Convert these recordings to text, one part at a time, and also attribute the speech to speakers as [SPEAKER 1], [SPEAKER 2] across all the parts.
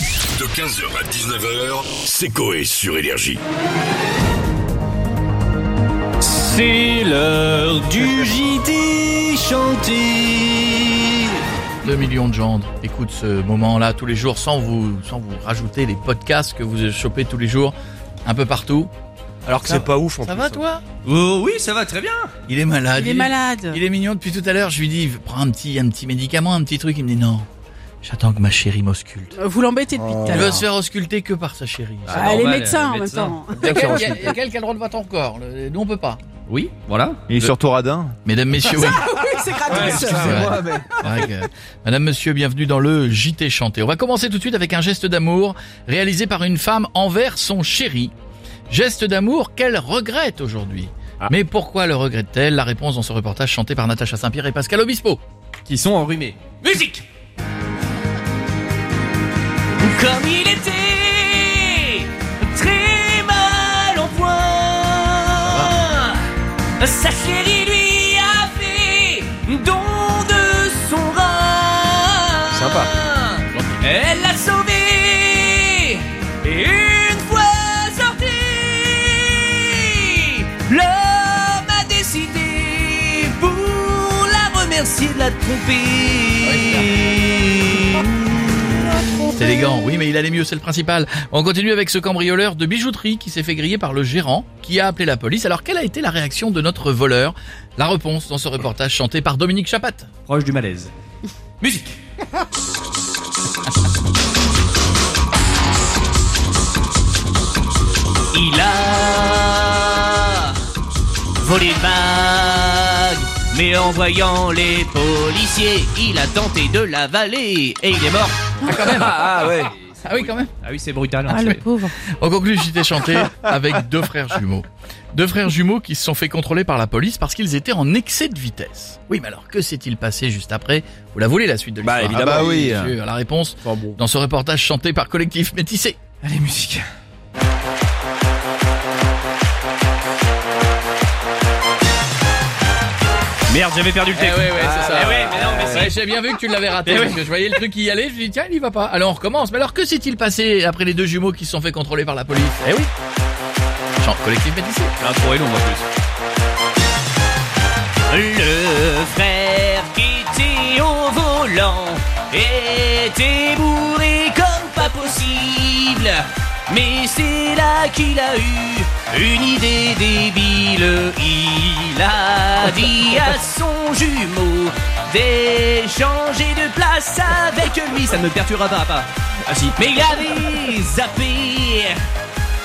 [SPEAKER 1] De 15h à 19h, c'est Coé sur Énergie.
[SPEAKER 2] C'est l'heure du JT chanté.
[SPEAKER 3] 2 millions de gens écoutent ce moment-là tous les jours sans vous, sans vous rajouter les podcasts que vous chopez tous les jours un peu partout. Alors que
[SPEAKER 4] C'est pas ouf en
[SPEAKER 3] Ça
[SPEAKER 4] plus.
[SPEAKER 3] va toi
[SPEAKER 2] Oh oui, ça va très bien.
[SPEAKER 3] Il est malade.
[SPEAKER 5] Il est malade.
[SPEAKER 3] Il est mignon depuis tout à l'heure. Je lui dis prends un petit, un petit médicament, un petit truc. Il me dit non. J'attends que ma chérie m'ausculte.
[SPEAKER 5] Vous l'embêtez depuis tout à
[SPEAKER 3] Elle va
[SPEAKER 5] l'heure.
[SPEAKER 3] se faire ausculter que par sa chérie.
[SPEAKER 2] Oh. Ah,
[SPEAKER 5] Ah, Elle est
[SPEAKER 2] normal,
[SPEAKER 5] médecin en
[SPEAKER 2] elle est
[SPEAKER 5] même
[SPEAKER 2] médecin.
[SPEAKER 5] temps.
[SPEAKER 3] Il y a quel- il y a quelqu'un qui a le droit de voir ton corps. Le- Nous on peut pas.
[SPEAKER 2] Oui, voilà.
[SPEAKER 4] Il est surtout radin.
[SPEAKER 3] Mesdames, messieurs, oui.
[SPEAKER 5] Oui, c'est gratuit.
[SPEAKER 3] C'est vrai. Ah C'est vrai que- Madame, monsieur, bienvenue dans le JT chanté. On va commencer tout de suite avec un geste d'amour réalisé par une femme envers son chéri. Geste d'amour qu'elle regrette aujourd'hui. Mais pourquoi le regrette-t-elle La réponse dans ce reportage chanté par Natacha Saint-Pierre et Pascal Obispo.
[SPEAKER 2] Qui sont enrhumés. Musique. Comme il était très mal en point. Sa chérie lui a fait don de son rein.
[SPEAKER 4] Sympa.
[SPEAKER 2] Elle l'a sauvé. Et une fois sorti, l'homme a décidé pour la remercier de la tromper.
[SPEAKER 3] C'est élégant, oui, mais il allait mieux, c'est le principal. On continue avec ce cambrioleur de bijouterie qui s'est fait griller par le gérant qui a appelé la police. Alors, quelle a été la réaction de notre voleur La réponse dans ce reportage chanté par Dominique Chapat.
[SPEAKER 2] Proche du malaise. Musique. Il a volé une bague, mais en voyant les policiers, il a tenté de l'avaler et il est mort. Ah, quand même. Ah, ouais.
[SPEAKER 3] Ah oui, quand même.
[SPEAKER 2] Ah oui, c'est brutal. hein,
[SPEAKER 5] Ah, le
[SPEAKER 2] c'est-
[SPEAKER 5] pauvre.
[SPEAKER 3] On conclut J'étais chanté avec deux frères jumeaux. Deux frères jumeaux qui se sont fait contrôler par la police parce qu'ils étaient en excès de vitesse. Oui, mais alors que s'est-il passé juste après Vous la voulez la suite de l'histoire
[SPEAKER 4] Bah, évidemment.
[SPEAKER 3] Ah
[SPEAKER 4] oui.
[SPEAKER 3] bien sûr, La réponse dans ce reportage chanté par Collectif Métissé.
[SPEAKER 2] Allez, musique. Merde, j'avais perdu le
[SPEAKER 3] Eh ouais,
[SPEAKER 2] texte.
[SPEAKER 3] ouais, c'est ça.
[SPEAKER 2] Eh ouais, mais non, mais c'est-
[SPEAKER 3] Ouais, J'ai bien vu que tu l'avais raté.
[SPEAKER 2] Eh
[SPEAKER 3] parce que je voyais le truc y aller, je me dis tiens, il y va pas. Alors on recommence. Mais alors que s'est-il passé après les deux jumeaux qui se sont fait contrôler par la police Eh oui. Chante Collectif Métissé.
[SPEAKER 2] L'intro est longue en plus. Le frère qui était au volant était bourré comme pas possible. Mais c'est là qu'il a eu une idée débile. Il a dit à son jumeau d'échanger de place avec lui. Ça ne me perturbera pas, pas. Ah si. Mais il avait zappé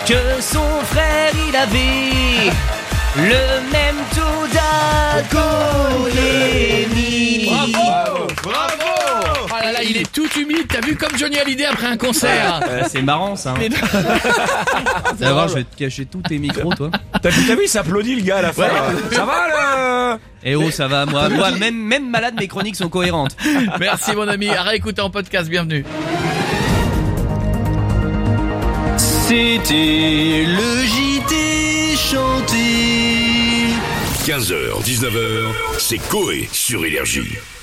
[SPEAKER 2] que son frère il avait le même taux d'alcoolémie.
[SPEAKER 3] Oh là là, il est tout humide. T'as vu comme Johnny Hallyday après un concert
[SPEAKER 2] c'est marrant ça. Hein. D'abord, je vais te cacher tous tes micros, toi.
[SPEAKER 4] T'as vu, t'as vu, il s'applaudit le gars à la fin. Ça va là
[SPEAKER 2] Eh oh, ça va, moi, moi même, même malade, mes chroniques sont cohérentes.
[SPEAKER 3] Merci mon ami, à réécouter en podcast, bienvenue.
[SPEAKER 2] C'était le JT chanté.
[SPEAKER 1] 15h, 19h, c'est Coé sur Énergie.